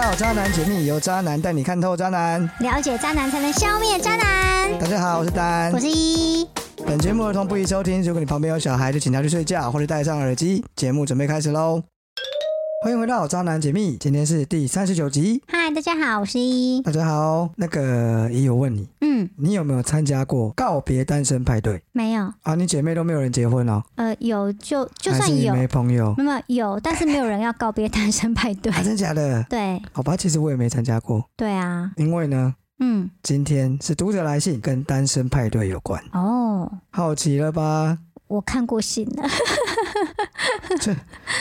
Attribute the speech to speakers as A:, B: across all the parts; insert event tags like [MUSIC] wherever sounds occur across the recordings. A: 好，渣男解密由渣男带你看透渣男。
B: 了解渣男才能消灭渣男。
A: 大家好，我是丹
B: 我。是一，
A: 本节目儿童不宜收听，如果你旁边有小孩，就请他去睡觉或者戴上耳机。节目准备开始喽！欢迎回到《渣男解密》，今天是第三十九集。
B: 嗨，大家好，我是一。
A: 大家好，那个也有问你，
B: 嗯，
A: 你有没有参加过告别单身派对
B: 没有，
A: 啊？你姐妹都没有人结婚哦，
B: 呃，有就就
A: 还
B: 算
A: 是你
B: 有，
A: 没朋友，
B: 那么有，但是没有人要告别单身派对。
A: 啊，真假的？
B: 对
A: 好吧，其实我也没参加过，
B: 对啊，
A: 因为呢，
B: 嗯，
A: 今天是读者来信，跟单身派对有关，
B: 哦，
A: 好奇了吧？
B: 我看过信了。 [LAUGHS]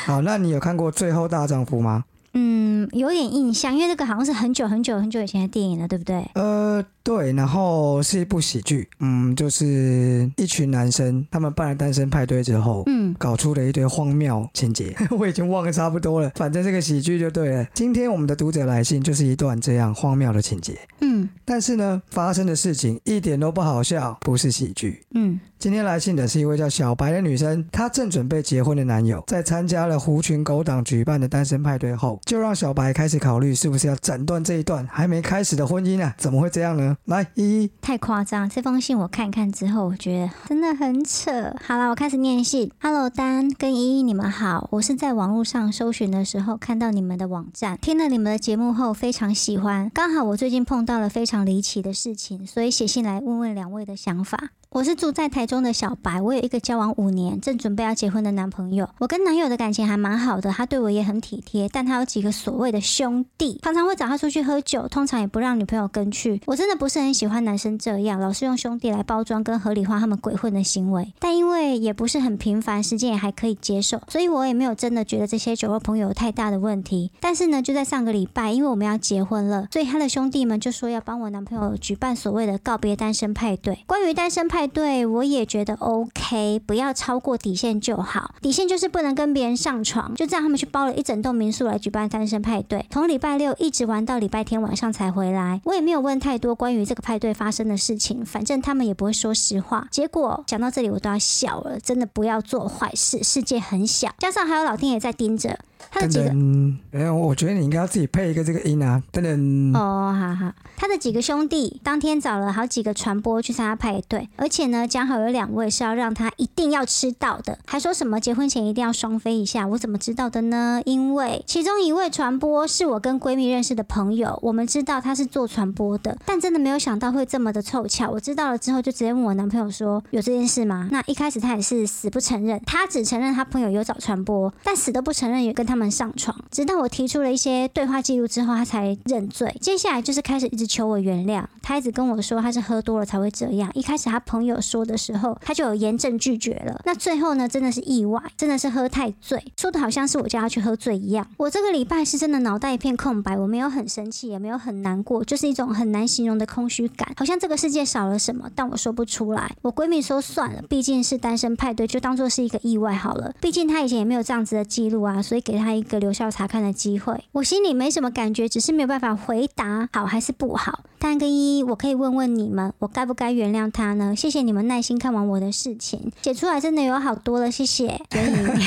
A: 好，那你有看过《最后大丈夫》吗？
B: 嗯，有点印象，因为这个好像是很久很久很久以前的电影了，对不对？
A: 呃，对，然后是一部喜剧，嗯，就是一群男生他们办了单身派对之后。
B: 嗯，
A: 搞出了一堆荒谬情节， [LAUGHS] 我已经忘得差不多了。反正这个喜剧就对了。今天我们的读者来信就是一段这样荒谬的情节，
B: 嗯
A: 但是呢，发生的事情一点都不好笑，不是喜剧。
B: 嗯，
A: 今天来信的是一位叫小白的女生，她正准备结婚的男友，在参加了狐群狗党举办的单身派对后，就让小白开始考虑是不是要斩断这一段还没开始的婚姻啊？怎么会这样呢？来，依依，
B: 太夸张！这封信我看一看之后，我觉得真的很扯。好啦，我开始念信。Hello，丹跟依依，你们好，我是在网络上搜寻的时候看到你们的网站，听了你们的节目后非常喜欢。刚好我最近碰到了非常离奇的事情，所以写信来问问两位的想法。我是住在台中的小白，我有一个交往五年、正准备要结婚的男朋友。我跟男友的感情还蛮好的，他对我也很体贴，但他有几个所谓的兄弟，常常会找他出去喝酒，通常也不让女朋友跟去。我真的不是很喜欢男生这样，老是用兄弟来包装跟合理化他们鬼混的行为。但因为也不是很频繁，时间也还可以接受，所以我也没有真的觉得这些酒肉朋友有太大的问题。但是呢，就在上个礼拜，因为我们要结婚了，所以他的兄弟们就说要帮我男朋友举办所谓的告别单身派对。关于单身派对，我也觉得 OK，不要超过底线就好。底线就是不能跟别人上床，就这样他们去包了一整栋民宿来举办单身派对，从礼拜六一直玩到礼拜天晚上才回来。我也没有问太多关于这个派对发生的事情，反正他们也不会说实话。结果讲到这里我都要笑了，真的不要做坏事，世界很小。加上还有老天爷在盯着，他的
A: 等
B: 几个
A: 等，哎，我觉得你应该要自己配一个这个音啊，等等，
B: 哦，好好。他的几个兄弟当天找了好几个传播去参加派对，而且呢，讲好有两位是要让他一定要吃到的，还说什么结婚前一定要双飞一下。我怎么知道的呢？因为其中一位传播是我跟闺蜜认识的朋友，我们知道他是做传播的，但真的没有想到会这么的凑巧。我知道了之后，就直接问我男朋友说有这件事吗？那一开始他也是死不承认，他只承认他朋友有找传播，但死都不承认有跟他们上床。直到我提出了一些对话记录之后，他才认罪。接下来就是开始一直求我原谅，他一直跟我说他是喝多了才会这样。一开始他朋友说的时候，他就有严正拒绝了。那最后呢，真的是意外，真的是喝太醉，说的好像是我叫他去喝醉一样。我这个礼拜是真的脑袋一片空白，我没有很生气，也没有很难过，就是一种很难形容的空虚感，好像这个世界少了什么，但我说不出来。我闺蜜说算了，毕竟是单身派对，就当做是一个意外好了。毕竟她以前也没有这样子的记录啊，所以给她一个留校查看的机会。我心里没什么感觉，只是没有办法回答好还是不好。但跟依依，我可以问问你们，我该不该原谅她呢？谢谢你们耐心看完我的事情，写出来真的有好多了，谢谢。
A: [LAUGHS]
B: 所以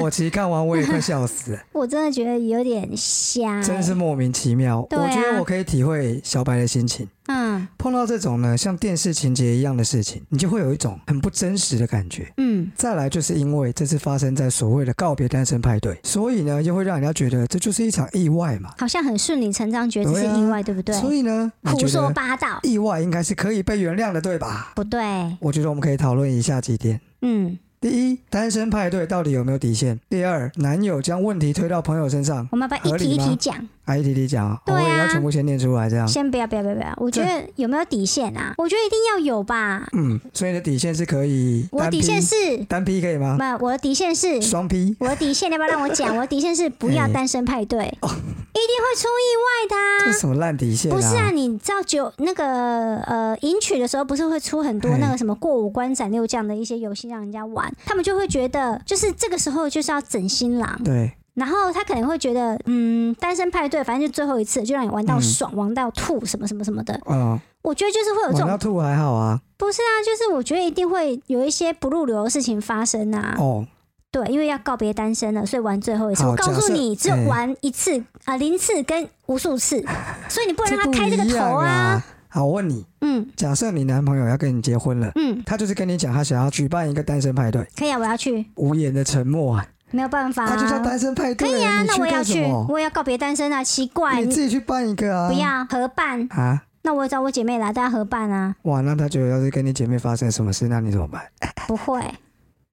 A: 我其实看完我也快笑死了，
B: 我真的觉得有点瞎、
A: 真是莫名其妙。
B: 对啊
A: 我觉得我可以体会小白的心情。
B: 嗯
A: 碰到这种呢，像电视情节一样的事情，你就会有一种很不真实的感觉。
B: 嗯
A: 再来就是因为这次发生在所谓的告别单身派对，所以呢，又会让人家觉得这就是一场意外嘛。
B: 好像很顺理成章，觉得这是
A: 对啊
B: 意外，对不对？
A: 所以呢，你
B: 胡
A: 觉
B: 说
A: 得
B: 八道，
A: 意外应该是可以被原谅的，对吧？
B: 不对，
A: 我觉得我们可以讨论以下几点。
B: 嗯，
A: 第一，单身派对到底有没有底线？第二，男友将问题推到朋友身上，
B: 我们把一
A: 合
B: 题
A: 理
B: 一
A: 吗
B: 题讲，
A: 啊，一题题讲啊，
B: 对啊
A: 我也要全部先念出来，这样。
B: 先不要不要不要不要，我觉得有没有底线啊？我觉得一定要有吧，
A: 嗯，所以你的底线是可以单啊 P，
B: 我的底线是，
A: 单 P 可以吗？
B: 不，我的底线是，
A: 双 P
B: 我的底线你要不要让我
A: [LAUGHS]
B: 讲？我的底线是不要
A: 哎
B: 单身派对，一定会出意外的啊、
A: 这什么烂底线啊？
B: 不是啊，你知道酒那个呃迎娶的时候，不是会出很多
A: 嘿
B: 那个什么过五关斩六将的一些游戏让人家玩，他们就会觉得就是这个时候就是要整新郎，
A: 对，
B: 然后他可能会觉得嗯单身派对反正就最后一次，就让你玩到爽，玩到吐什么什么什么的。
A: 嗯，
B: 我觉得就是会有
A: 玩
B: 这种
A: 到哦吐还好啊。
B: 不是啊，就是我觉得一定会有一些不入流的事情发生啊。
A: 哦，
B: 对，因为要告别单身了，所以玩最后一次。
A: 好
B: 我告
A: 假
B: 诉
A: 设
B: 你，只有
A: 哎
B: 玩一次啊、零次跟无数次，所以你不能
A: 这
B: 让
A: 不
B: 他开这个
A: 一样
B: 头啊
A: 啦。。好，我问你，
B: 嗯
A: 假设你男朋友要跟你结婚了，
B: 嗯，
A: 他就是跟你讲他想要举办一个单身派对，
B: 可以啊，我要去，
A: 无言的沉默啊，
B: 没有办法、
A: 他就叫
B: 啊。
A: 单身派对，
B: 可以啊，
A: 你
B: 那我也要
A: 干什
B: 去，
A: 么？
B: 我也要告别单身啊，奇怪，
A: 你
B: 你
A: 自己去办一个啊！
B: 不要合办，
A: 啊！
B: 那我也找我姐妹来，大家合办啊，
A: 哇，那他觉得要是跟你姐妹发生什么事，那你怎么办？
B: 不会，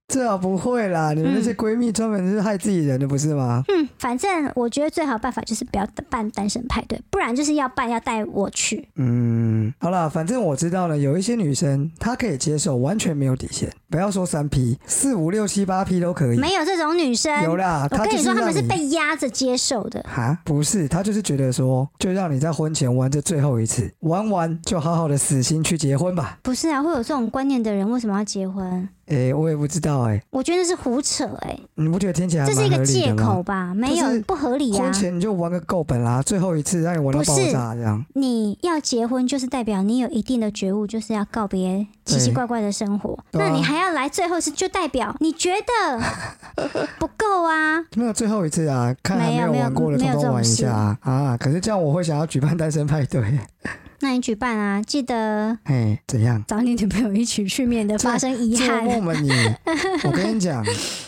A: 这好不会啦，你们那些闺蜜专门是害自己人的，不是吗？
B: 嗯，反正我觉得最好的办法就是不要办单身派对，不然就是要办要带我去，
A: 嗯，好啦，反正我知道呢，有一些女生她可以接受，完全没有底线，不要说三 P，四五六七八 P 都可以。
B: 没有这种女生，
A: 有啦，
B: 我
A: 她
B: 跟
A: 啊就
B: 你说，他
A: 让
B: 们是
A: 你
B: 被压着接受的，
A: 哈，不是，她就是觉得说，就让你在婚前玩这最后一次，玩完就好好的死心去结婚吧。
B: 不是啊？会有这种观念的人为什么要结婚？
A: 诶、我也不知道诶、
B: 我觉得那是胡扯哎、
A: 你不觉得听起来还
B: 这是
A: 蛮
B: 一
A: 合
B: 个
A: 理
B: 借
A: 的吗？
B: 口吧？没有
A: 是
B: 不合理啊
A: 婚！前你就玩个够本啦，最后一次让你玩到
B: 不
A: 爆
B: 是
A: 炸这样。
B: 你要结婚，就是代表你有一定的觉悟，就是要告别奇奇
A: 对
B: 怪怪的生活。
A: 对
B: 那
A: 啊
B: 你还要来最后是，就代表你觉得
A: [LAUGHS]
B: 不够啊？
A: 没有最后一次啊，看还
B: 没有
A: 有
B: 没有
A: 玩过的，
B: 没有
A: 通通
B: 这种
A: 玩一下啊啊！可是这样我会想要举办单身派对， [LAUGHS]
B: 那你举办啊，记得
A: 嘿，怎样？
B: 找你女朋友一起去，免得发生遗
A: 做
B: 憾。
A: 梦吧
B: [LAUGHS]
A: 你！我跟你讲，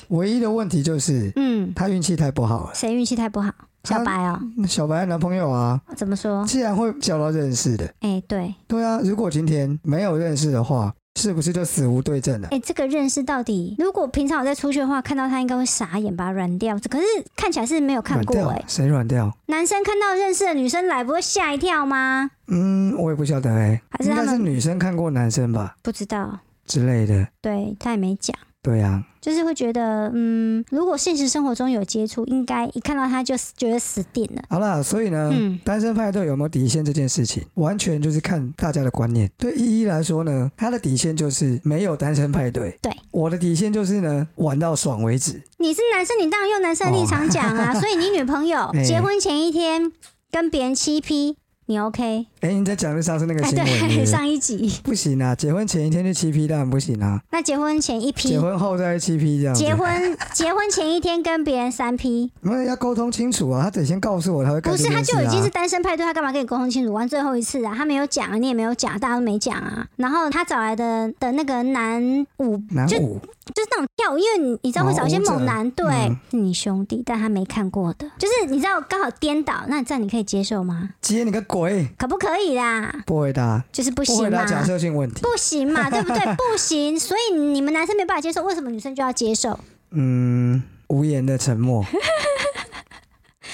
A: 唯一的问题就是
B: 嗯，
A: 她运气太不好了。
B: 谁运气太不好？
A: 啊
B: 小白哦，
A: 那小白的男朋友啊，
B: 怎么说？
A: 既然会交到认识的，
B: 哎、对，
A: 对啊，如果今天没有认识的话，是不是就死无对证了
B: 哎、？这个认识到底，如果平常我在出去的话，看到他应该会傻眼把他软掉。可是看起来是没有看
A: 软
B: 过哎、
A: 掉？谁软掉？
B: 男生看到认识的女生来，不会吓一跳吗？
A: 嗯，我也不晓得哎、
B: 还是
A: 应
B: 他
A: 该是
B: 们
A: 女生看过男生吧
B: 不知道，
A: 之类的。
B: 对他也没讲，
A: 对啊，
B: 就是会觉得，嗯，如果现实生活中有接触，应该一看到他就死觉得死定了。
A: 好啦，所以呢，
B: 嗯
A: 单身派对有没有底线这件事情，完全就是看大家的观念。对依依来说呢，她的底线就是没有单身派对。
B: 对，
A: 我的底线就是呢，玩到爽为止。
B: 你是男生，你当然用男生的立场讲啊。所以你女朋友
A: 哦 [LAUGHS] 哎
B: 结婚前一天跟别人七 P，你 OK？
A: 哎、你在讲的上次那个
B: 哎，
A: 新闻、对不
B: 对，
A: 对
B: 上一集。
A: 不行啊，结婚前一天就七 P 当然不行啊，
B: 那结婚前一批
A: 结，婚后再七 P 这样子。
B: 结婚结婚前一天跟别人三 P，
A: 没有要沟通清楚啊，他得先告诉我他会干
B: 不
A: 这
B: 是
A: 件事、
B: 他
A: 啊、
B: 就已经是单身派对，他干嘛跟你沟通清楚？玩最后一次啊，他没有讲啊，你也没有讲，大家都没讲啊。然后他找来的的那个男舞，
A: 男
B: 就
A: 五，
B: 就是那种跳舞，因为你你知道会找一些
A: 哦舞者
B: 猛男，对，
A: 嗯
B: 是你兄弟，但他没看过的，就是你知道刚好颠倒，那这样你可以接受吗？
A: 接你个鬼！
B: 可不可以啦？
A: 不回答，
B: 就是不
A: 不
B: 行
A: 回
B: 嘛
A: 答，假设性问题。
B: 不行嘛，对不
A: [LAUGHS]
B: 对？不行，所以你们男生没办法接受，为什么女生就要接受？
A: 嗯，无言的沉
B: [LAUGHS]
A: 默。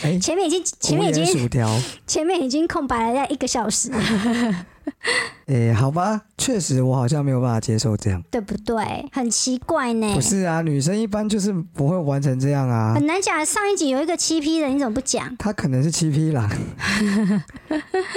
A: 哎、
B: 前面已经前面已
A: 无言
B: 经
A: 薯条。
B: 前面已经空白了要一个小时，
A: 诶、好吧，确实我好像没有办法接受这样。
B: 对不对？很奇怪呢。
A: 不是啊，女生一般就是不会玩成这样啊。
B: 很难讲。上一集有一个七 P 的，你怎么不讲？
A: 她可能是七匹
B: [LAUGHS]
A: 狼。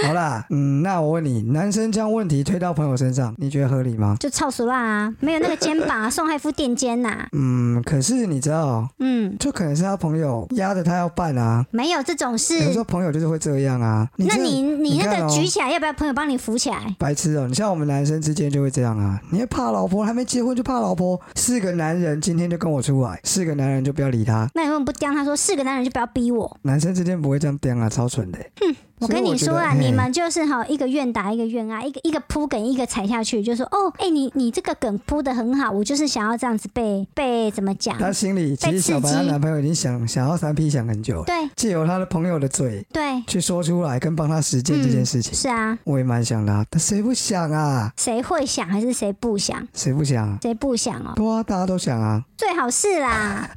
A: 好啦，嗯，那我问你，男生将问题推到朋友身上，你觉得合理吗？
B: 就操俗啦、啊，没有那个肩膀、啊，宋汉夫垫肩呐、
A: 嗯，可是你知道，
B: 嗯，
A: 就可能是他朋友压着他要办啊。
B: 没有这种
A: 有时
B: 事。
A: 候朋友就是会这样啊。
B: 嗯那
A: 这
B: 你你
A: 你
B: 那
A: 看
B: 个
A: 哦
B: 举起来，要不要朋友帮你扶起来？
A: 白痴哦、你像我们男生之间就会这样啊。你会怕老婆，还没结婚就怕老婆。是个男人今天就跟我出来，是个男人就不要理他。
B: 那你为什么不刁他说是个男人就不要逼我？
A: 男生之间不会这样颠啊，超蠢的欸、
B: 我
A: 所以
B: 跟你
A: 觉
B: 说
A: 得
B: 啊，
A: 嘿
B: 你们就是哈一个愿打一个愿挨，一个一个铺梗一个踩下去，就说哦，哎、你你这个梗铺的很好，我就是想要这样子被被怎么讲？
A: 她心里其实小白她男朋友已经想想要三 P 想很久了，
B: 对
A: 借由她的朋友的嘴
B: 对，
A: 去说出来，跟帮她实践这件事情，
B: 是啊，
A: 我也蛮想的、啊。但谁不想啊？
B: 谁会想还是谁不想？
A: 谁不想、啊？
B: 谁不想哦？
A: 对啊，大家都想啊。
B: 最好是啦，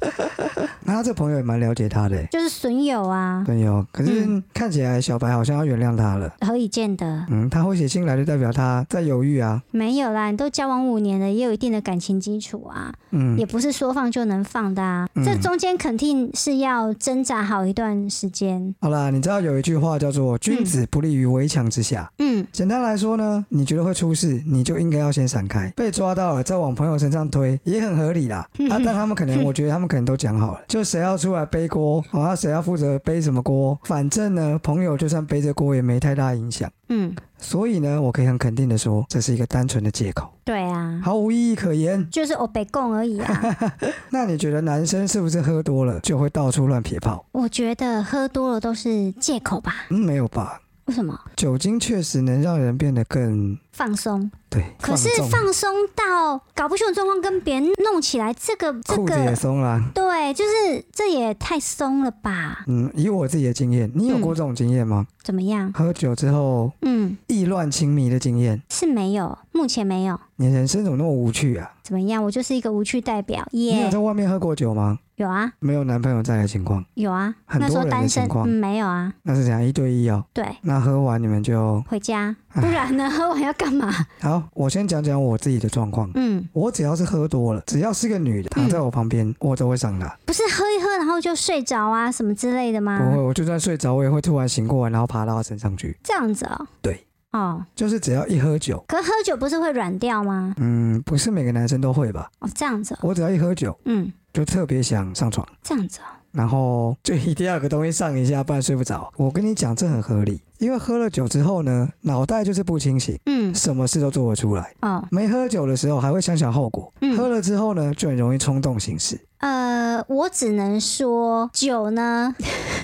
A: 那她这朋友也蛮了解她的、欸，
B: 就是损友啊，
A: 朋友。可是看起来小白好像要原谅她了。
B: 何以见得？
A: 嗯，她会写信来就代表她在犹豫啊。
B: 没有啦，你都交往五年了，也有一定的感情基础啊，
A: 嗯
B: 也，不是说放就能放的啊。
A: 嗯
B: 这中间肯定是要挣扎好一段时间。
A: 好啦，你知道有一句话叫做“君子不立于围墙之下”，
B: 嗯，
A: 简单来说呢，你觉得会出事，你就应该要先闪开。被抓到了，再往朋友身上推，也很合理啦。啊，但他们可能，我觉得他们可能都讲好了，就谁要出来背锅，好、啊，谁要负责背什么锅，反正呢，朋友就算背着锅也没太大影响。
B: 嗯，
A: 所以呢，我可以很肯定的说，这是一个单纯的借口。
B: 对啊，
A: 毫无意义可言。
B: 就是欧北共而
A: [LAUGHS]
B: 已啊。
A: 那你觉得男生是不是喝多了就会到处乱撇炮？
B: 我觉得喝多了都是借口吧？
A: 嗯，没有吧？
B: 为什么？
A: 酒精确实能让人变得更
B: 放松，
A: 对，
B: 可是
A: 放纵
B: 放松到搞不清楚状况，跟别人弄起来，这个这
A: 裤子也
B: 个，
A: 松啦。
B: 对，就是这也太松了吧？
A: 嗯，以我自己的经验，你有
B: 嗯
A: 过这种经验吗？
B: 怎么样？
A: 喝酒之后
B: 嗯，
A: 意乱情迷的经验，
B: 是没有，目前没有。
A: 你人生怎么那么无趣啊？
B: 怎么样？我就是一个无趣代表
A: 你
B: 耶
A: 有在外面喝过酒吗？
B: 有啊，
A: 没有男朋友在的情况，
B: 有啊，
A: 很多
B: 那时候
A: 人的
B: 单身
A: 情，况
B: 嗯，没有啊，
A: 那是怎样一对一哦？
B: 对，
A: 那喝完你们就
B: 回家，
A: 唉
B: 不然呢？ [LAUGHS] 喝完要干嘛？
A: 好。我先讲讲我自己的状况。
B: 嗯，
A: 我只要是喝多了，只要是个女的躺在我旁边，我都会想她。
B: 不是喝一喝然后就睡着啊什么之类的吗？
A: 不会，我就算睡着，我也会突然醒过来，然后爬到她身上去。
B: 这样子哦。
A: 对。
B: 哦，
A: 就是只要一喝酒，
B: 可喝酒不是会软掉吗？
A: 嗯，不是每个男生都会吧？
B: 哦，这样子、哦，
A: 我只要一喝酒，
B: 嗯，
A: 就特别想上床，
B: 这样子哦。
A: 然后就一定要有个东西上一下，不然睡不着。我跟你讲，这很合理，因为喝了酒之后呢，脑袋就是不清醒，
B: 嗯，
A: 什么事都做得出来。
B: 哦，
A: 没喝酒的时候还会想想后果，
B: 嗯
A: 喝了之后呢，就很容易冲动行事。
B: 呃，我只能说酒呢， [LAUGHS]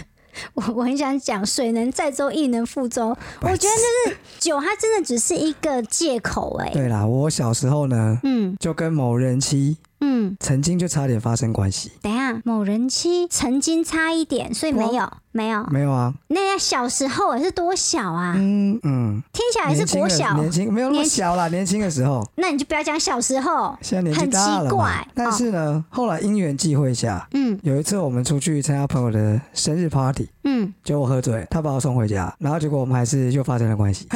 B: 我我很想讲水能载舟，亦能覆舟。我觉
A: 得
B: 酒它真的只是一个借口哎、
A: 对啦，我小时候呢，
B: 嗯
A: 就跟某人妻
B: 嗯，
A: 曾经就差点发生关系。
B: 等一下，某人妻曾经差一点，所以没有没有。
A: 没有啊，
B: 那要小时候也是多小啊？
A: 嗯嗯，
B: 听起来还是
A: 年轻
B: 国
A: 的
B: 小，
A: 年轻没有那么
B: 年
A: 小啦，年轻的时候，
B: 那你就不要讲小时候。
A: 现在年纪
B: 很
A: 大了嘛
B: 奇怪。啊
A: 但是呢，后来因缘际会下，
B: 嗯
A: 有一次我们出去参加朋友的生日 party，
B: 嗯，
A: 结果我喝醉，他把我送回家，然后结果我们还是又发生了关
B: [LAUGHS]
A: 系。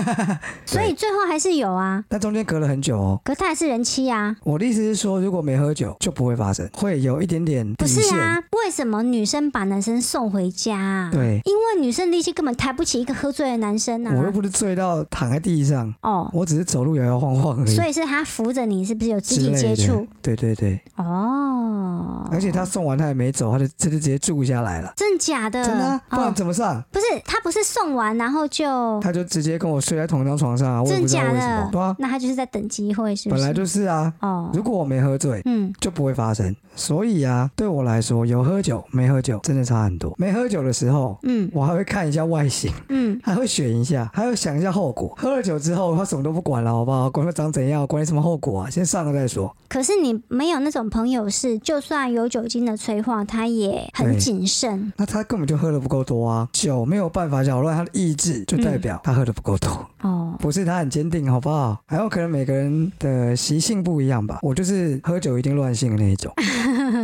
B: 所以最后还是有啊，
A: 但中间隔了很久哦。
B: 可是他还是人妻啊。
A: 我的意思是说，如果没喝酒就不会发生，会有一点点底
B: 不是
A: 线。
B: 啊，为什么女生把男生送回家、啊？
A: 对，
B: 因为女生力气根本抬不起一个喝醉的男生
A: 我又
B: 啊。
A: 不是醉到躺在地上，
B: 哦，
A: 我只是走路摇摇晃晃而已。
B: 所以是他扶着你，是不是有肢
A: 之
B: 体
A: 类
B: 接
A: 的
B: 触？，
A: 对对对，
B: 哦，
A: 而且他送完他也没走，他就他就直接住下来了，
B: 真假的？
A: 真的啊，不然
B: 哦，
A: 怎么上？
B: 不是他不是送完然后就
A: 他就直接跟我睡在同一张床上啊，我也
B: 真
A: 不知道
B: 假
A: 为什么
B: 的，，
A: 对啊，
B: 那他就是在等机会，是不
A: 本
B: 是？
A: 来就是啊，
B: 哦，
A: 如果我没喝醉。
B: 嗯，
A: 就不会发生，所以啊，对我来说，有喝酒没喝酒真的差很多。没喝酒的时候，
B: 嗯
A: 我还会看一下外形，
B: 嗯，
A: 还会选一下，还会想一下后果。喝了酒之后，他什么都不管了，好不好？管他长怎样，管你什么后果啊，先上了再说。
B: 可是你没有那种朋友是，就算有酒精的催化，他也很
A: 对
B: 谨慎
A: 那他根本就喝的不够多啊，酒没有办法扰乱他的意志，就
B: 嗯
A: 代表他喝的不够多。
B: 哦。
A: 不是他很坚定，好不好？还有可能每个人的习性不一样吧。我就是喝酒一定乱性的那一种，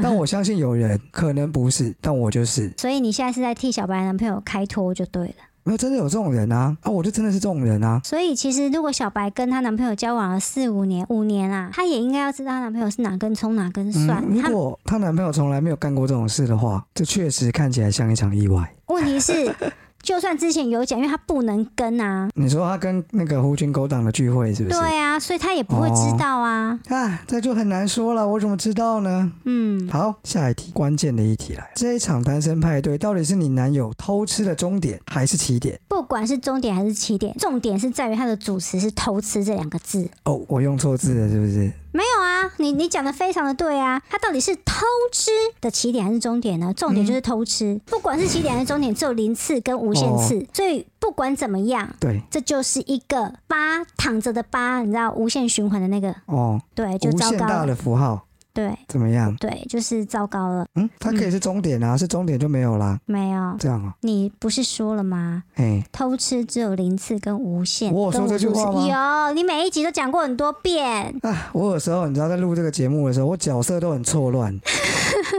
A: 但我相信有人可能不是，但我就是。
B: 所以你现在是在替小白男朋友开脱就对了。
A: 没有真的有这种人啊啊！我就真的是这种人啊。
B: 所以其实如果小白跟她男朋友交往了四五年，五年啦，她也应该要知道她男朋友是哪根葱哪根蒜。
A: 嗯，如
B: 她
A: 果她男朋友从来没有干过这种事的话，这确实看起来像一场意外。
B: 问题是，就算之前有讲，因为她不能
A: [LAUGHS]
B: 跟啊，
A: 你说她跟那个狐群狗党的聚会是不是？
B: 对啊，所以她也不会知道啊。
A: 啊，这就很难说了，我怎么知道呢？
B: 嗯，
A: 好，下一题，关键的一题来，这一场单身派对到底是你男友偷吃的终点还是起点？
B: 不管是终点还是起点，重点是在于它的主词是“偷吃”这两个字。
A: 哦，我用错字了，是不是？
B: 没有啊，你你讲的非常的对啊，它到底是偷吃的起点还是终点呢？重点就是偷吃，
A: 嗯
B: 不管是起点还是终点，只有零次跟无限
A: 哦
B: 次，所以不管怎么样，
A: 对，
B: 这就是一个八躺着的八，你知道无限循环的那个，
A: 哦，
B: 对，就
A: 无
B: 糟
A: 限
B: 糕
A: 大
B: 了，
A: 的符号
B: 对
A: 怎么样？
B: 对，就是糟糕了。
A: 嗯，它可以是终点啊，是终点就没有啦，
B: 没有，
A: 这样啊，
B: 你不是说了吗？
A: 哎，
B: 偷吃只有零次跟无限，
A: 我有说
B: 跟
A: 这句
B: 无数
A: 话
B: 次有，你每一集都讲过很多遍，
A: 啊，我有时候你知道，在录这个节目的时候，我角色都很错
B: [LAUGHS]
A: 乱，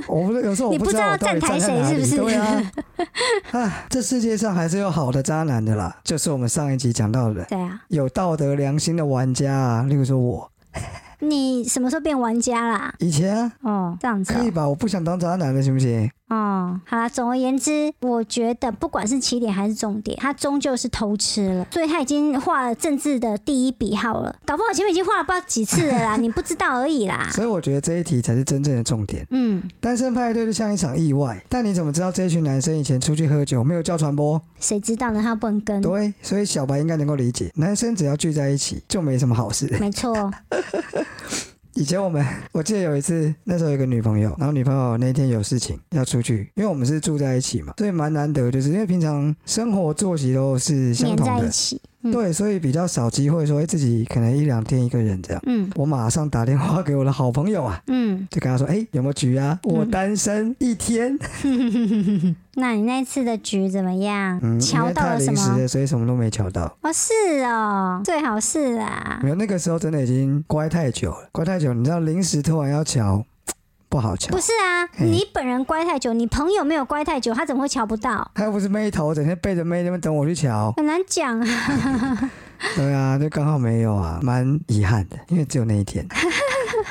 A: 我不是有时候我
B: 你不
A: 知
B: 知道
A: 道我到底
B: 站台
A: 在
B: 谁
A: 哪
B: 是不
A: 里
B: 是
A: 对啊，
B: [LAUGHS]
A: 啊，这世界上还是有好的渣男的啦，就是我们上一集讲到的，
B: 对啊，
A: 有道德良心的玩家啊，例如说我
B: 你什么时候变玩家啦？
A: 以前啊、
B: 哦，这样子
A: 可以
B: 哦
A: 嗯吧，我不想当渣男了，行不行？
B: 哦，好啦，总而言之，我觉得不管是起点还是终点，他终究是偷吃了，所以他已经画了政治的第一笔号了。搞不好前面已经画了不知道几次了啦，你不知道而已
A: [LAUGHS]
B: 啦。
A: 所以我觉得这一题才是真正的重点。
B: 嗯，
A: 单身派对就像一场意外，但你怎么知道这一群男生以前出去喝酒没有叫传播？
B: 谁知道呢？他不能跟，
A: 对，所以小白应该能够理解，男生只要聚在一起就没什么好事。 [LAUGHS]
B: 没错，
A: 以前我们，我记得有一次，那时候有个女朋友，然后女朋友那天有事情要出去，因为我们是住在一起嘛，所以蛮难得，就是因为平常生活作息都是相
B: 黏
A: 同
B: 在一
A: 的，
B: 起。嗯
A: 对，所以比较少机会说，哎，自己可能一两天一个人这样。
B: 嗯
A: 我马上打电话给我的好朋友啊，
B: 嗯，
A: 就跟他说，哎，有没有局啊？我单身一天，
B: 那你那次的局怎么样？
A: 嗯，因
B: 瞧
A: 为
B: 到
A: 太
B: 了什
A: 临时
B: 么？
A: 了，所以什么都没瞧到。
B: 哦，是哦，最好是啦
A: 没。有，那个时候真的已经乖太久了，乖太久，你知道临时突然要瞧，不好瞧
B: 不。是啊，
A: 嘿
B: 你本人乖太久，你朋友没有乖太久，他怎么会瞧不到？
A: 他又不是妹头，整天背着妹那边等我去瞧。
B: 很难讲啊。 [LAUGHS]
A: 对啊，就刚好没有啊，蛮遗憾的，因为只有那一天，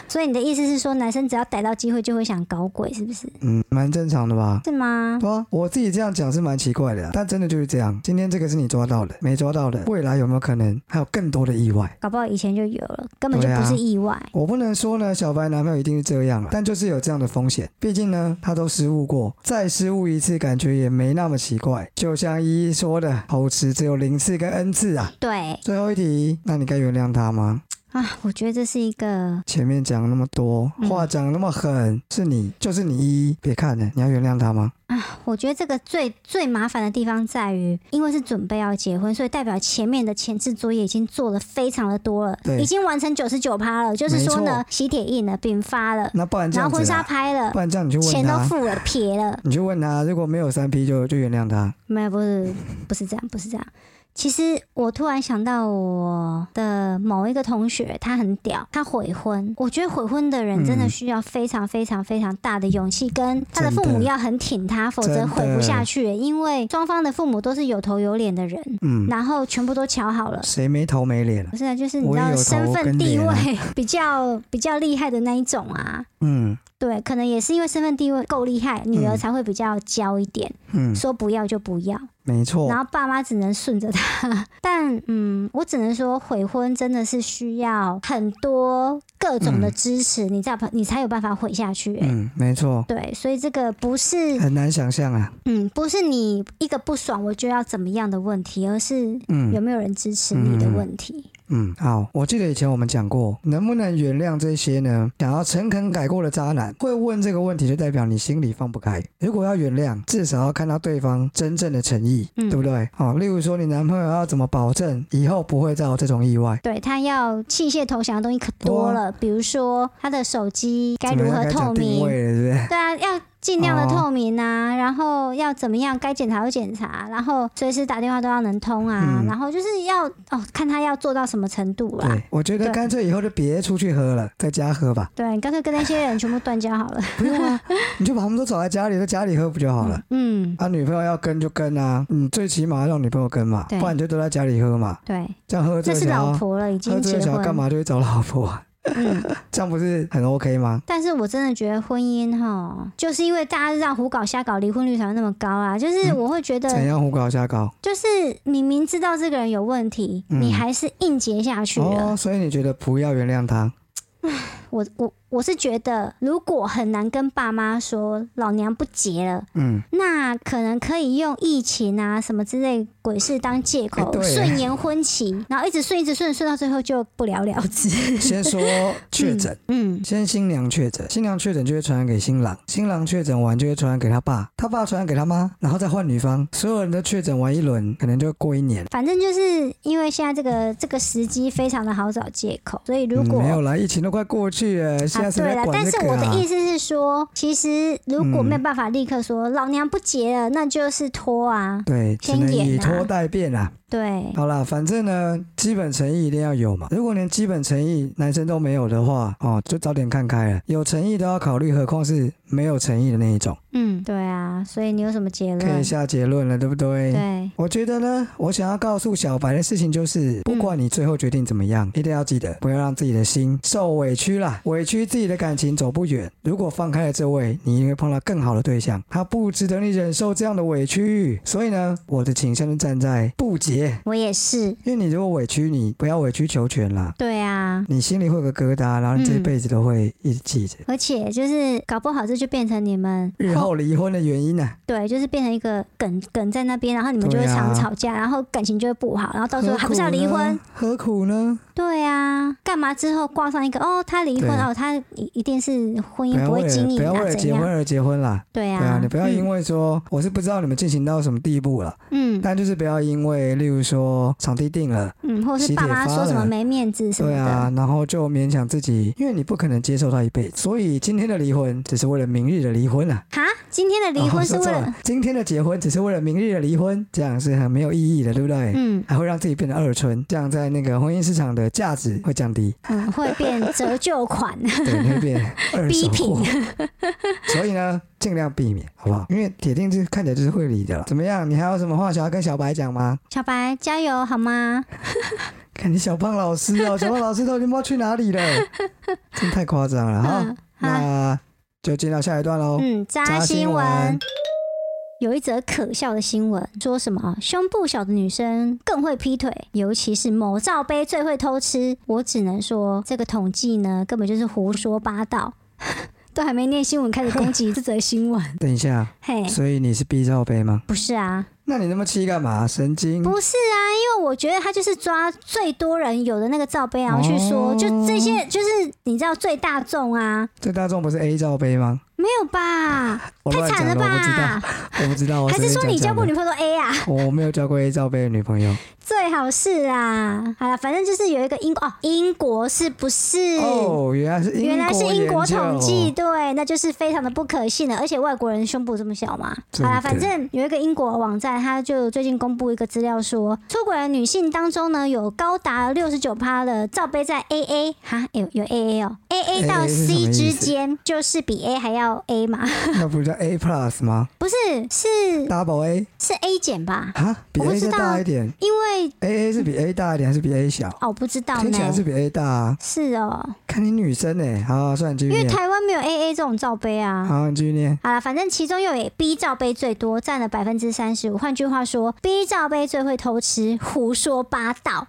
B: 所以你的意思是说，男生只要逮到机会就会想搞鬼，是不是？
A: 嗯，蛮正常的吧？
B: 是吗？
A: 对啊，我自己这样讲是蛮奇怪的啊、但真的就是这样。今天这个是你抓到的，没抓到的，未来有没有可能还有更多的意外？
B: 搞不好以前就有了，根本就
A: 对啊
B: 不是意外。
A: 我不能说呢，小白男朋友一定是这样了，但就是有这样的风险。毕竟呢，他都失误过，再失误一次，感觉也没那么奇怪。就像依依说的，偷吃只有零次跟 n 次啊。
B: 对
A: 最后一题，那你该原谅他吗？
B: 啊，我觉得这是一个
A: 前面讲了那么多
B: 嗯
A: 话，讲得那么狠，是你就是你依依，别看了，你要原谅他吗？
B: 啊，我觉得这个最最麻烦的地方在于，因为是准备要结婚，所以代表前面的前置作业已经做的非常的多了，
A: 对
B: 已经完成九十九趴了，就是说
A: 没
B: 呢，喜帖印了，饼发了，
A: 那不然这
B: 然
A: 样
B: 后
A: 子
B: 婚纱
A: 啦，
B: 拍了
A: 不，然这样你去问
B: 钱都
A: 他，
B: 付了，撇了，
A: 你去问他，如果没有三 P 就就原谅他。
B: 没有，不是，不是这样，不是这样。其实我突然想到我的某一个同学，他很屌，他悔婚。我觉得悔婚的人真的
A: 嗯
B: 需要非常非常非常大的勇气，跟他的
A: 真的
B: 父母要很挺他，否则
A: 真的
B: 悔不下去。因为双方的父母都是有头有脸的人，
A: 嗯，
B: 然后全部都瞧好了。
A: 谁没头没脸？
B: 不是啊，就是你
A: 我
B: 知
A: 也
B: 道
A: 有头
B: 身份
A: 跟
B: 地
A: 脸
B: 位
A: 啊
B: [LAUGHS] 比较比较厉害的那一种啊，
A: 嗯
B: 对，可能也是因为身份地位够厉害，女
A: 嗯
B: 儿才会比较娇一点，
A: 嗯，
B: 说不要就不要。
A: 没错
B: 然，后爸妈只能顺着他。 [LAUGHS] 但嗯，我只能说悔婚真的是需要很多各种的支持，你才你才有办法悔下去、欸
A: 嗯，没错，
B: 对，所以这个不是
A: 很难想象啊。
B: 嗯，不是你一个不爽我就要怎么样的问题，而是有
A: 嗯
B: 没有人支持你的问题。
A: 嗯，好，我记得以前我们讲过，能不能原谅这些呢？想要诚恳改过的渣男会问这个问题，就代表你心里放不开。如果要原谅，至少要看到对方真正的诚意，
B: 嗯
A: 对不对？好、例如说你男朋友要怎么保证以后不会再有这种意外？
B: 对他要器械投降的东西可多了，比如说他的手机
A: 啊
B: 该
A: 怎么
B: 如
A: 样
B: 何
A: 该讲
B: 透
A: 定
B: 明，
A: 位了，对不对？
B: 对啊，要尽量的
A: 哦
B: 透明啊，然后要怎么样，该检查就检查，然后随时打电话都要能通啊，
A: 嗯
B: 然后就是要哦，看他要做到什么程度啦。
A: 对，我觉得
B: 对
A: 干脆以后就别出去喝了，在家喝吧。
B: 对，你干脆跟那些人全部断交
A: [LAUGHS]
B: 好了。
A: 不用啊，你就把他们都找在家里，在家里喝不就好了？
B: 嗯，
A: 啊，女朋友要跟就跟啊，嗯，最起码让女朋友跟嘛，
B: 对
A: 不然你就都在家里喝嘛，
B: 对，
A: 这样喝醉
B: 这是
A: 想
B: 老
A: 要
B: 婆了，已
A: 喝
B: 经
A: 醉
B: 结
A: 想要
B: 婚。
A: 干嘛就会找老婆啊，
B: 嗯，
A: [LAUGHS] 这样不是很 OK 吗？
B: 但是我真的觉得婚姻哈，就是因为大家让胡搞瞎搞，离婚率才会那么高啊。就是我会觉得，
A: 嗯怎样胡搞瞎搞？
B: 就是你明知道这个人有问题，
A: 嗯
B: 你还是硬结下去了。
A: 哦，所以你觉得不要原谅他？
B: 我我我是觉得，如果很难跟爸妈说老娘不结了，
A: 嗯，
B: 那可能可以用疫情啊什么之类鬼事当借口
A: 哎，对
B: 顺、延婚期，然后一直顺一直顺，顺到最后就不了了之。
A: 嗯先
B: [LAUGHS]
A: 说确诊。
B: 嗯，
A: 先新娘确诊，新娘确诊就会传染给新郎，新郎确诊完就会传染给他爸，他爸传染给他妈，然后再换女方，所有人都确诊完一轮，可能就过一年。
B: [LAUGHS] 反正就是因为现在这个这个时机非常的好找借口，所以如
A: 嗯
B: 果、
A: 没有啦，疫情都快过去了，现在
B: 啊，
A: 谁
B: 对
A: 在
B: 了，
A: 管
B: 但
A: 这
B: 是
A: 个
B: 我的
A: 啊？嗯
B: 意思是说，其实如果没有办法立刻说、老娘不结了，那就是拖啊。
A: 对，只
B: 先
A: 能
B: 演
A: 以
B: 啊
A: 拖代变啦。
B: 对，
A: 好啦，反正呢，基本诚意一定要有嘛。如果连基本诚意男生都没有的话，哦，就早点看开了。有诚意都要考虑，何况是没有诚意的那一种。
B: 嗯，对啊，所以你有什么结
A: 可以
B: 论？
A: 下结论了，对不对？
B: 对，
A: 我觉得呢，我想要告诉小白的事情就是，不管你最后决定怎么样，一定要记得不要让自己的心受委屈啦，委屈自己的感情走不远。如果放开了这位，你一定会碰到更好的对象，他不值得你忍受这样的委屈。所以呢，我的倾向是站在不解，
B: 我也是。
A: 因为你如果委屈，你不要委曲求全啦，
B: 对啊，
A: 你心里会有个疙瘩，然后你这
B: 嗯
A: 辈子都会一直记着。
B: 而且就是搞不好这就变成你们
A: 日后离婚的原因啊呢、
B: 对，就是变成一个梗梗在那边，然后你们就
A: 对
B: 会
A: 啊
B: 常吵架，然后感情就会不好，然后到时候哦还不是要离婚？
A: 何苦呢？
B: 对啊，干嘛之后挂上一个哦，他离婚
A: 对
B: 哦，他一一定是
A: 不
B: 婚姻
A: 要
B: 不
A: 为
B: 会
A: 了
B: 经
A: 不
B: 营
A: 要为
B: 啊，
A: 了
B: 怎
A: 结婚
B: 样？
A: 而结婚啦。
B: 对啊，
A: 对啊，你不要因
B: 为
A: 为说、我是不知道你们进行到什么地步了，
B: 嗯嗯
A: 但就是不要因为例如说场地定了，
B: 嗯，或者
A: 喜
B: 是
A: 帖
B: 爸妈
A: 发
B: 说什
A: 了
B: 么没面子什么
A: 对
B: 的，
A: 啊，然后就勉强自己，因为你不可能接受他一辈子，所以今天的离婚只是为了明日的离婚啊。
B: 哈，今天的离
A: 哦
B: 婚是
A: 说
B: 为
A: 错
B: 了，
A: 今天的结婚只是为了明日的离婚，这样是很没有意义的，对不对？
B: 嗯
A: 还会让自己变得二春，这样在那个婚姻市场的价值会降低，
B: 嗯，会变折旧款， [LAUGHS]
A: 对，会变二手
B: 逼品
A: 货。所以呢，尽量避免，好不好？因为铁定是看起来就是会离的了。怎么样？你还有什么话想要跟小白讲吗？
B: 小白加油好吗？
A: 看你小胖老师哦，小胖老师都已经不知道去哪里了，真太夸张了哈
B: 嗯。好，
A: 那就进到下一段喽。
B: 嗯，
A: 哦扎
B: 扎
A: 新
B: 新
A: 闻
B: 闻。有一则可笑的新闻，说什么啊胸部小的女生更会劈腿，尤其是某罩杯最会偷吃。我只能说，这个统计呢，根本就是胡说八道。 [LAUGHS] 都还没念新闻，开始攻击这则新闻。
A: 等一下，
B: 嘿，
A: 所以你是 B 罩杯吗？
B: 不是啊，
A: 那你那么气干嘛？神经！
B: 不是啊，因为我觉得他就是抓最多人有的那个罩杯，啊然后去说，
A: 哦
B: 就这些，就是你知道最大众啊，
A: 最大众不是 A 罩杯吗？
B: 没有吧？
A: 我
B: 太
A: 乱
B: 惨
A: 讲
B: 了
A: 的，我不知
B: 吧
A: 道，？哦我不知道。我
B: [LAUGHS] 还
A: 随
B: 是
A: 便
B: 说你
A: 讲
B: 交过
A: 讲
B: 女朋友 A 啊？
A: 的？哦我没有交过 A 罩杯的女朋友。
B: 最好是啊，好了，反正就是有一个英哦，英国是不是？
A: 哦，原来是
B: 原来是英
A: 研
B: 国
A: 究
B: 统计，。对，那就是非常的不可信的。而且外国人胸部这么小嘛，
A: 真
B: 好
A: 的
B: 啦，反正有一个英国网站，它就最近公布一个资料说，出轨的女性当中呢，有高达六十九趴的罩杯在 AA 哈，有有 AA 哦，AA 到
A: AA 是什么
B: C
A: 意思
B: 之间，就是比 A 还要 A 嘛， [LAUGHS]
A: 那不叫 A plus 吗
B: 不是是
A: ？Double A
B: 是 A 减吧？
A: 哈，比
B: 我不
A: A
B: 知
A: 再
B: 道
A: 大一点。
B: 因为
A: A A 是比 A 大一点还是比 A 小？
B: 哦，我不知道
A: 听起来
B: 呢
A: 是，比 A 大啊。
B: 是哦，
A: 看你女生哎、欸，好好，算你继
B: 因
A: 续
B: 为
A: 念。
B: 台湾没有 AA 这种罩杯啊。
A: 好，你继续念。
B: 好了，反正其中又有 B 罩杯最多，占了百分之三十五。换句话说，B 罩杯最会偷吃，胡说八道，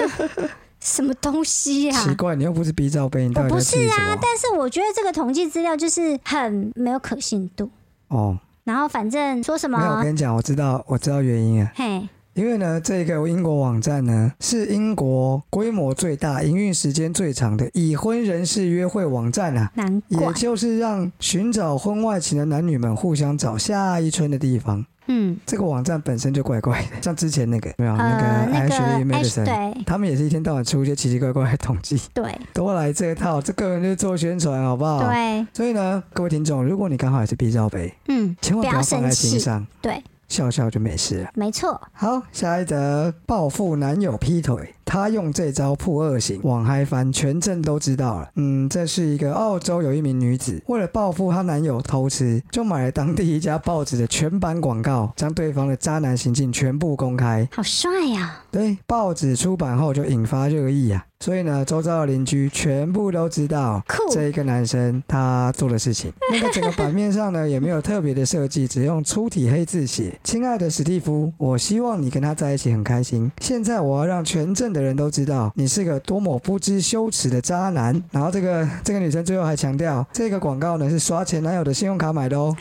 B: [LAUGHS] 什么东西呀、
A: 奇怪，你又不是 B 罩杯，你到底在
B: 啊我不
A: 气
B: 是啊
A: 什么？
B: 但是我觉得这个统计资料就是很没有可信度。
A: 哦，
B: 然后反正说什
A: 没有，我
B: 么，
A: 跟你讲，我知道，我知道原因啊。
B: 嘿，
A: 因为呢，这个英国网站呢是英国规模最大、营运时间最长的已婚人士约会网站啊，
B: 难怪
A: 也，就是让寻找婚外情的男女们互相找下一春的地方。
B: 嗯，
A: 这个网站本身就怪怪的，像之前那个有没有、
B: 呃，
A: 啊那
B: 那
A: 个
B: 个
A: Ashley
B: Ash-
A: Madison，
B: 对
A: 他们也是一天到晚出一些奇奇怪怪的统计，
B: 对
A: 都来这一套，这根本就是做宣传，好不好？
B: 对，
A: 所以呢，各位听众，如果你刚好也是 B 罩杯，
B: 嗯，
A: 千万不
B: 不
A: 要
B: 要
A: 放在
B: 生气
A: 心上，
B: 对，
A: 笑笑就没事了。
B: 没错，
A: 好，下一则，报复男友劈腿，她用这招破恶行，网嗨翻，全镇都知道了。嗯，这是一个澳洲有一名女子，为了报复她男友偷吃，就买了当地一家报纸的全版广告，将对方的渣男行径全部公开。
B: 好帅啊呀、
A: 对，报纸出版后就引发热议啊，所以呢，周遭的邻居全部都知道，
B: 酷，
A: 这一个男生他做的事
B: [LAUGHS]
A: 情。那个整个版面上呢也没有特别的设计，只用粗体黑字写：“亲爱的史蒂夫，我希望你跟他在一起很开心。现在我要让全镇的人都知道你是个多么不知羞耻的渣男。”然后这个这个女生最后还强调，这个广告呢是刷前男友的信用卡买的
B: [LAUGHS]
A: 哦。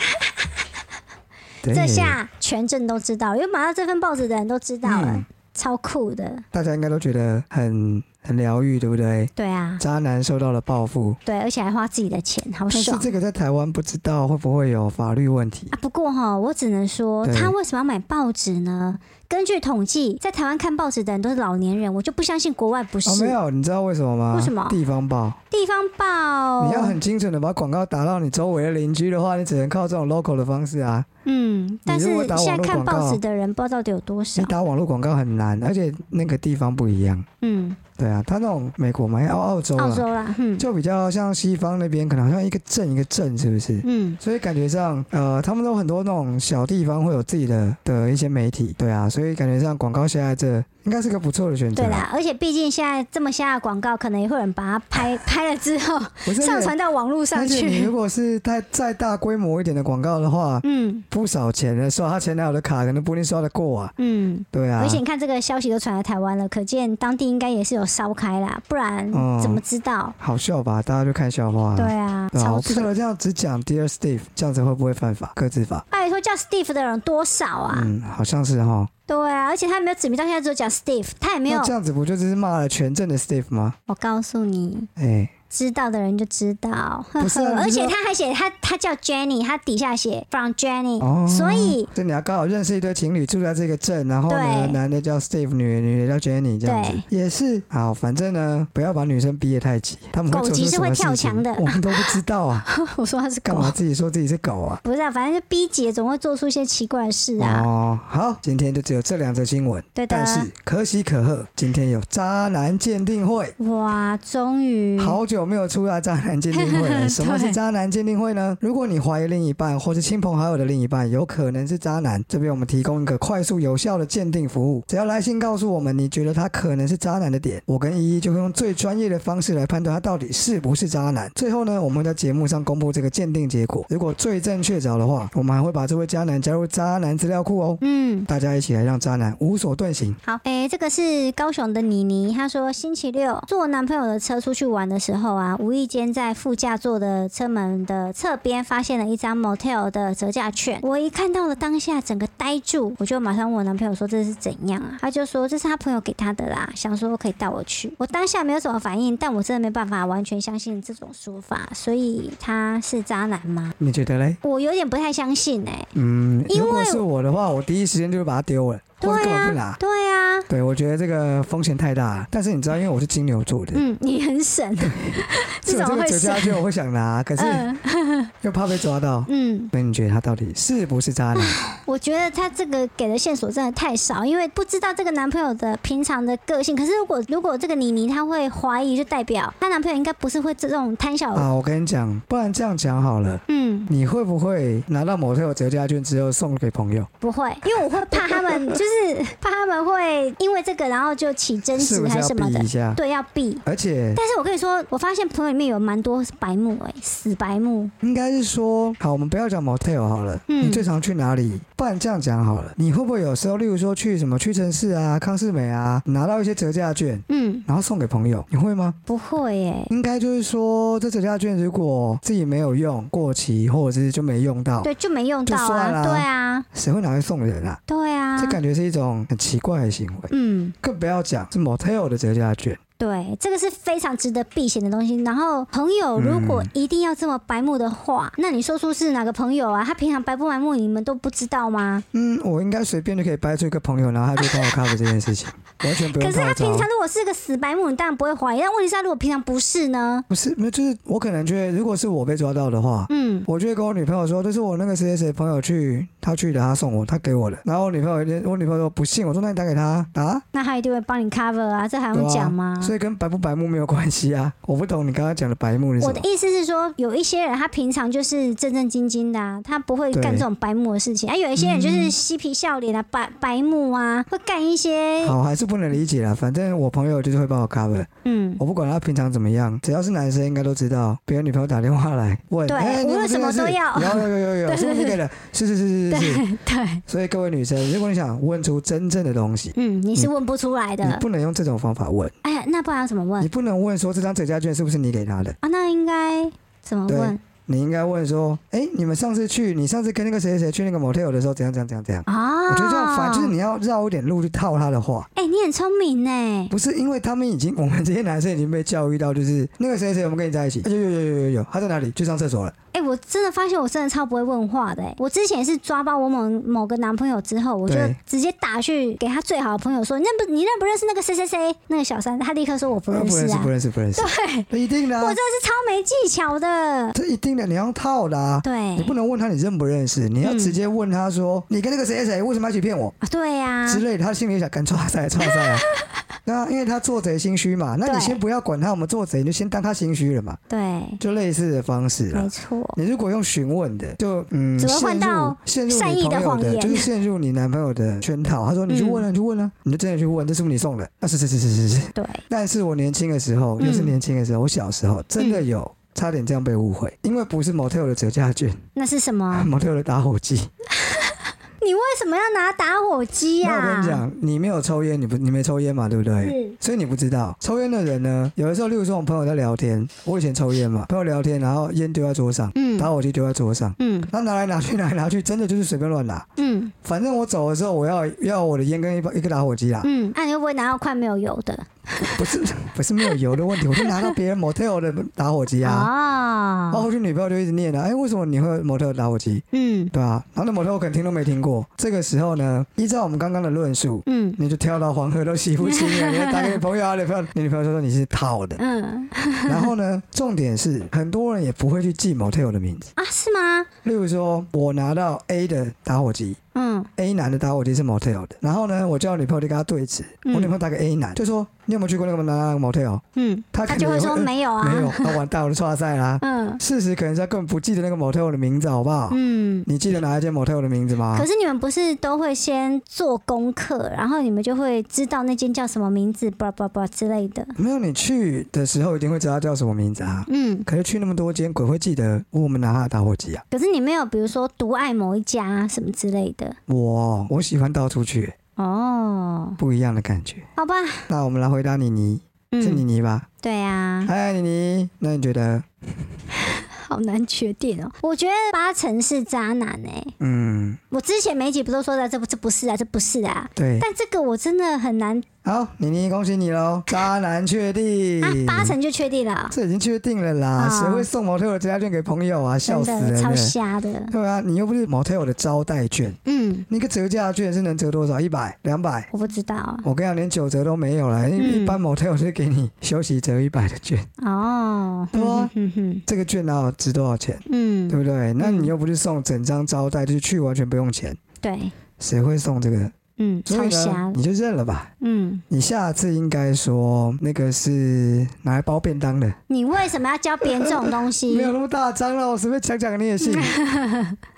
A: 对
B: 这下全镇都知道，因为买到这份报纸的人都知道了，
A: 嗯
B: 超酷的。
A: 大家应该都觉得很很疗愈，对不对？
B: 对啊，
A: 渣男受到了报复，
B: 对，而且还花自己的钱，好
A: 但是
B: 爽。
A: 这个在台湾不知道会不会有法律问题
B: 啊，。不过哈，我只能说，
A: 对
B: 他为什么要买报纸呢？根据统计，在台湾看报纸的人都是老年人，我就不相信国外不是。
A: 哦，没有，你知道为什么吗？
B: 为什么哦
A: 地方报，
B: 地方报，
A: 你要很精准的把广告打到你周围的邻居的话，你只能靠这种 local 的方式啊。
B: 嗯，但是
A: 如果打网
B: 现在
A: 络
B: 看
A: 广告
B: 报纸的人不知道到底有多少
A: 你。打网络广告很难，而且那个地方不一样。
B: 嗯，
A: 对啊，他那种美国嘛，澳澳洲
B: 澳
A: 啊，
B: 洲啦，嗯
A: 就比较像西方那边，可能好像一个镇一个镇，是不是？
B: 嗯，
A: 所以感觉上，呃，他们都很多那种小地方会有自己的的一些媒体，对啊，所以感觉上广告下来这应该是个不错的选择。
B: 对啦，而且毕竟现在这么瞎的广告，可能也会有人把它
A: [LAUGHS]
B: 拍拍了之后
A: 不是
B: 上传到网络
A: 而
B: 上
A: 且而且你如
B: 去。
A: 果是太再大规模一点的广告的话，
B: 嗯
A: 不少钱的刷他前男友的卡，可能不一定刷得过啊。
B: 嗯，
A: 对啊，
B: 而且你看这个消息都传来台湾了，可见当地应该也是有烧开啦，不然
A: 嗯
B: 怎么知道？
A: 好笑吧？大家就看笑话、啊。
B: 对啊，
A: 对啊，
B: 超
A: 我不
B: 扯
A: 晓得这样只讲 Dear Steve，这样子会不会犯法？各自法？
B: 拜托，叫 Steve 的人多少啊？
A: 嗯，好像是哈。
B: 对啊，而且他没有指名道姓，他只有讲 Steve，他也没有
A: 那。这样子不就只是骂了全镇的 Steve 吗？
B: 我告诉你，
A: 哎、
B: 知道的人就知道。
A: 不是啊你
B: 而
A: 知
B: 且
A: 道
B: 他还写他他叫 Jenny，他底下写 from Jenny，、
A: 哦
B: 所以 [LAUGHS]
A: 所以你要刚好认识一对情侣住在这个镇，然后呢，
B: 对
A: 男的叫 Steve，女的女的叫 Jenny，这样子也是好。反正呢，不要把女生逼得太急，他们会
B: 狗
A: 做出
B: 急是
A: 什么
B: 会
A: 事情
B: 跳墙的
A: 我们都不知道啊。
B: 我说他是
A: 干
B: 狗
A: 嘛，自己说自己是狗啊？
B: 不是、啊，反正就逼姐总会做出一些奇怪的事啊。
A: 哦，好，今天就只有这两则新闻，
B: 对的啊
A: 但是可喜可贺，今天有渣男鉴定会。
B: 哇，终于
A: 好久没有出来渣男鉴定会了。
B: 嗯 [LAUGHS] 对
A: 什么是渣男鉴定会呢？如果你怀疑另一半或是亲朋好友的另一半有可能是渣男，这边我们提供一个快速有效的鉴定服务。只要来信告诉我们你觉得他可能是渣男的点，我跟依依就会用最专业的方式来判断他到底是不是渣男。最后呢，我们会在节目上公布这个鉴定结果。如果罪证确凿的话，我们还会把这位渣男加入渣男资料库哦。
B: 嗯。
A: 大家一起来让渣男无所遁形。
B: 好，诶，这个是高雄的妮妮，她说星期六坐男朋友的车出去玩的时候啊，无意间在副驾座的车门的侧边发现了一张 motel 的折价券。我一看到了当下，整个呆住，我就马上问我男朋友说这是怎样啊？他就说这是他朋友给他的啦，想说可以带我去。我当下没有什么反应，但我真的没办法完全相信这种说法，所以他是渣男吗？
A: 你觉得嘞？
B: 我有点不太相信哎、
A: 嗯，
B: 因为
A: 如果是我的话，我第一时间就会把它丢了，
B: 对
A: 或者根本不拿。
B: 啊，对啊，
A: 对，我觉得这个风险太大了。但是你知道，因为我是金牛座的，
B: 嗯，你很省，
A: 所以
B: 这
A: 这
B: 种
A: 个
B: 会
A: 折价券我会想拿，可是
B: 嗯
A: 又怕被抓到。
B: 嗯。
A: 所以你觉得他到底是不是
B: [LAUGHS]
A: 渣男？
B: 我觉得他这个给的线索真的太少，因为不知道这个男朋友的平常的个性。可是如果如果这个妮妮她会怀疑，就代表她男朋友应该不是会这种贪小。
A: 啊，我跟你讲，不然这样讲好了。
B: 嗯，
A: 你会不会拿到某特有折价券之后送给朋友？
B: 不会，因为我会怕他们，就是怕他们会因为这个然后就起争
A: 是
B: 执
A: 不是
B: 还
A: 要
B: 什么
A: 避
B: 的。
A: 一下？
B: 对，要避。
A: 而且
B: 但是我跟你说，我发现朋友里面有蛮多白目哎、死白目。
A: 应该是说，好，我们不要讲 motel 好了。
B: 嗯
A: 你最常去哪里？不然这样讲好了，你会不会有时候，例如说去什么屈臣氏啊、康士美啊，拿到一些折价券，
B: 嗯，
A: 然后送给朋友，你会吗？
B: 不会耶、
A: 应该就是说，这折价券如果自己没有用、过期，或者是就没用到，
B: 对，就没用到
A: 就算
B: 啊。
A: 啦
B: 对啊，
A: 谁会拿去送人啊？
B: 对啊
A: 这。感觉是一种很奇怪的行为，
B: 嗯。
A: 更不要讲是 motel 的折价券。
B: 对，这个是非常值得避嫌的东西。然后朋友如
A: 嗯
B: 果一定要这么白目的话，那你说出是哪个朋友啊？他平常白不白目，你们都不知道吗？
A: 嗯，我应该随便就可以掰出一个朋友，然后他就帮我 cover 这件事
B: [LAUGHS]
A: 情，完全不
B: 可
A: 用
B: 是他
A: 套
B: 平
A: 招
B: 常。如果是个死白目，你当然不会怀疑。但问题是，他如果平常不是呢？
A: 不是，没有就是我可能觉得，如果是我被抓到的话，
B: 嗯，
A: 我就会跟我女朋友说，这是我那个谁谁谁朋友去，他去的，他送我，他给我的。然后我女朋友一定，我女朋友说不信，我说那你打给他啊，
B: 那他一定会帮你 cover 啊，这还
A: 对
B: 用
A: 啊
B: 讲吗？
A: 所以跟白不白目没有关系啊。我不懂你刚刚讲的白目是什
B: 我
A: 么
B: 的。意思是说，有一些人他平常就是正正经经的、啊，他不会干
A: 对嗯
B: 这种白目的事情；，啊，有一些人就是嬉皮笑脸啊，白白目啊，会干一些
A: 好，还是不能理解啦。反正我朋友就是会帮我 cover，
B: 哎嗯。
A: 我不管他平常怎么样，只要是男生应该都知道，别人女朋友打电话来问，
B: 对
A: 哎，你有
B: 无论
A: 没有这
B: 什么
A: 个
B: 都
A: 事
B: 要
A: 有有
B: [LAUGHS]
A: 有有有，是不是给的？是是是是
B: 对 [LAUGHS]
A: 是是。
B: 对，
A: 所以各位女生，如果你想问出真正的东西，
B: 嗯，你是问不出来
A: 你
B: 的。
A: 不能用这种方法问，
B: 哎呀，那不然要怎么问
A: 你？不能问说这张折价券是不是你给他的，
B: 啊，那应该怎么
A: 对
B: 问？
A: 你应该问说，哎、你们上次去，你上次跟那个谁谁谁去那个 motel 的时候，怎样怎样怎样怎样？
B: 哦，
A: 我觉得这样反就是你要绕一点路去套他的话，
B: 哎、你很聪明呢。
A: 不是因为他们已经，我们这些男生已经被教育到，就是那个谁谁谁，我们跟你在一起，哎有有有有有有，他在哪里？去上厕所了。
B: 哎、我真的发现我真的超不会问话的、哎，我之前是抓包我某某个男朋友之后，我就
A: 对
B: 直接打去给他最好的朋友说，你认不你认不认识那个谁谁谁那个小三？他立刻说我不
A: 呃
B: 认
A: 不
B: 识
A: 认识，
B: 啊
A: 不。认识，不认识。
B: 对，
A: 那一定的、
B: 我
A: 啊
B: 真的，是超没技巧的。
A: 这一定的，你要套的、啊。
B: 对
A: 你不能问他你认不认识，你要
B: 嗯
A: 直接问他说，你跟那个谁谁谁为什么要一起骗我？
B: 啊，对呀、
A: 之类的，他心里想干抓塞抓
B: [LAUGHS]
A: 塞啊。那因为他做贼心虚嘛，那你
B: 对
A: 先不要管他我们做贼，你就先当他心虚了嘛，
B: 对，
A: 就类似的方式啊啦
B: 没。错。
A: 你如果用询问的，就嗯，
B: 只会
A: 陷
B: 换
A: 入
B: 到
A: 陷入
B: 善
A: 你
B: 意的
A: 朋友
B: 谎
A: 的，
B: 言嗯
A: 就是陷入你男朋友的圈套。他说你去问啊，你去问啊，你就真的去问，这是不是你送的？ [LAUGHS] 啊，是是是是是是。
B: 对，
A: 但是我年轻的时候，
B: 嗯
A: 又是年轻的时候，我小时候真的有差点这样被误会，因为不是 motel 的折价券
B: 那是
A: [LAUGHS]
B: 什么？
A: ，motel 的打火机。
B: 你为什么要拿打火机呀、嗯
A: 那我跟你讲，你没有抽烟，你不你没抽烟嘛，对不对？
B: 是
A: 所以你不知道，抽烟的人呢，有的时候，例如说我们朋友在聊天，我以前抽烟嘛，朋友聊天，然后烟丢在桌上，
B: 嗯
A: 打火机丢在桌上，
B: 嗯
A: 他拿来拿去拿来拿去，真的就是随便乱拿。
B: 嗯
A: 反正我走的时候，我要要我的烟跟一包一个打火机啦，
B: 嗯，那、你会不会拿到快没有油的？
A: 不是不是没有油的问题，我就拿到别人 motel 的打火机啊。
B: 哦
A: 然后后去女朋友就一直念了、啊，哎、为什么你会有 motel 打火机？
B: 嗯
A: 对吧、然后那 motel 我可能听都没听过。这个时候呢，依照我们刚刚的论述，
B: 嗯
A: 你就跳到黄河都洗不清了。你还打给你朋友啊，你朋友，你女朋友说你是套
B: [LAUGHS]
A: 的。
B: 嗯
A: 然后呢，重点是很多人也不会去记 motel 的名字。
B: 啊，是吗？
A: 例如说，我拿到 A 的打火机
B: 嗯
A: ，A 男的打火机是 motel 的，然后呢，我叫女朋友去跟他对峙，我
B: 嗯
A: 女朋友打给 A 男，就说你有没有去过那个那个 motel？
B: 嗯，
A: 他
B: 他
A: 可能
B: 就会说
A: 会呃
B: 没有啊，
A: 没有，那完蛋，我就刷赛啦。
B: 嗯
A: 事实可能是他根本不记得那个 motel 的名字，好不好？
B: 嗯。
A: 你记得哪一间 motel 的名字吗
B: 可？是你们不是都会先做功课，然后你们就会知道那间叫什么名字，叭叭叭之类的。
A: 没有，你去的时候一定会知道他叫什么名字啊。
B: 嗯，
A: 可是去那么多间，鬼会记得我们拿他的打火机啊？
B: 可是你没有，比如说独爱某一家什么之类的。
A: 我我喜欢到处去，
B: 哦，
A: 不一样的感觉。
B: 好吧，
A: 那我们来回答妮妮，是妮
B: 嗯，
A: 妮吧？
B: 对啊，
A: 嗨、妮妮，那你觉得，
B: 好难确定哦。我觉得八成是渣男哎、
A: 嗯，
B: 我之前每一集不都说的，这不这不是啊，这不是啊。
A: 对，
B: 但这个我真的很难
A: 好，妮妮，恭喜你喽，渣男确定
B: 啊，，八成就确定了，
A: 这已经确定了啦，
B: 啊
A: 谁、会送模特的折价券给朋友啊？笑
B: 真
A: 死
B: 的
A: 人
B: 超
A: 了。
B: 瞎的。
A: 对啊，你又不是 motel 的招待券，
B: 嗯，
A: 那个折价券是能折多少？一百、两百？
B: 我不知道啊
A: 我跟你讲，连九折都没有了。因为
B: 嗯
A: 一般 motel 是给你休息折一百的券，
B: [LAUGHS] 哦，
A: 对啊
B: 嗯哼哼
A: 这个券哪有值多少钱？
B: 哼嗯，
A: 对不对？那你又不是送整张招待，就是去完全不用钱，
B: 对，
A: 谁会送这个？
B: 嗯，
A: 所以
B: 超瞎
A: 呢，
B: 的，
A: 你就认了吧。
B: 嗯，
A: 你下次应该说那个是拿来包便当的，
B: 你为什么要教别人这种东西
A: 没？有那么大张了，我随便讲讲你也
B: [LAUGHS]
A: 信。拿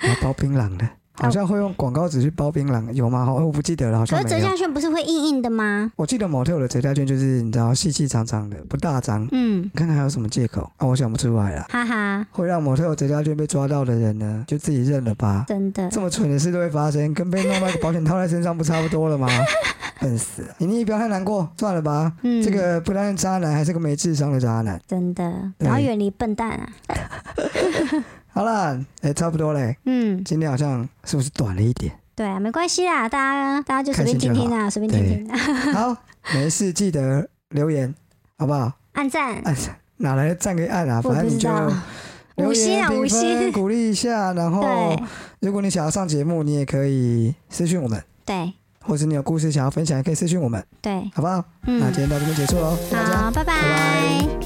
A: 来包槟榔的，
B: 啊
A: 好像会用广告纸去包槟榔，啊有吗？哦好，我不记得了，好
B: 可
A: 像
B: 是折
A: 没有。
B: 价券不是会硬硬的吗？
A: 我记得 motel 的折价券就是你知道细细长长的，不大张。
B: 嗯，
A: 看看还有什么借口啊？我想不出来了。
B: 哈哈，
A: 会让 motel 折价券被抓到的人呢，就自己认了吧。
B: 真的，
A: 这么蠢的事都会发生，跟被弄到一个保险套在身上不差不多
B: [LAUGHS]
A: 了吗？笨死了！你你不要太难过，算了吧。
B: 嗯，
A: 这个不但是渣男，还是个没智商的渣男。
B: 真的，
A: 对
B: 然后远离笨蛋啊。
A: 好啦，哎、差不多嘞。
B: 嗯，
A: 今天好像是不是短了一点？
B: 对啊，没关系啦，大家大家就随便
A: 开心
B: 听
A: 就
B: 听啊，随便听听啊，
A: 好，没事，记得留言，好不好？
B: 按赞，
A: 按哪来的赞可以按啊？
B: 我
A: 反
B: 不
A: 正你
B: 知
A: 就
B: 道，
A: 留
B: 五星
A: 言
B: 啊，五
A: 评分
B: 星，
A: 鼓励一下。然
B: [LAUGHS]
A: 后
B: 对，
A: 如果你想要上节目，你也可以私讯我们，
B: 对
A: 或者你有故事想要分享，也可以私讯我们，
B: 对，
A: 好不好？那
B: 嗯
A: 今，天到这边结束喽，大家
B: 好，
A: 拜
B: 拜拜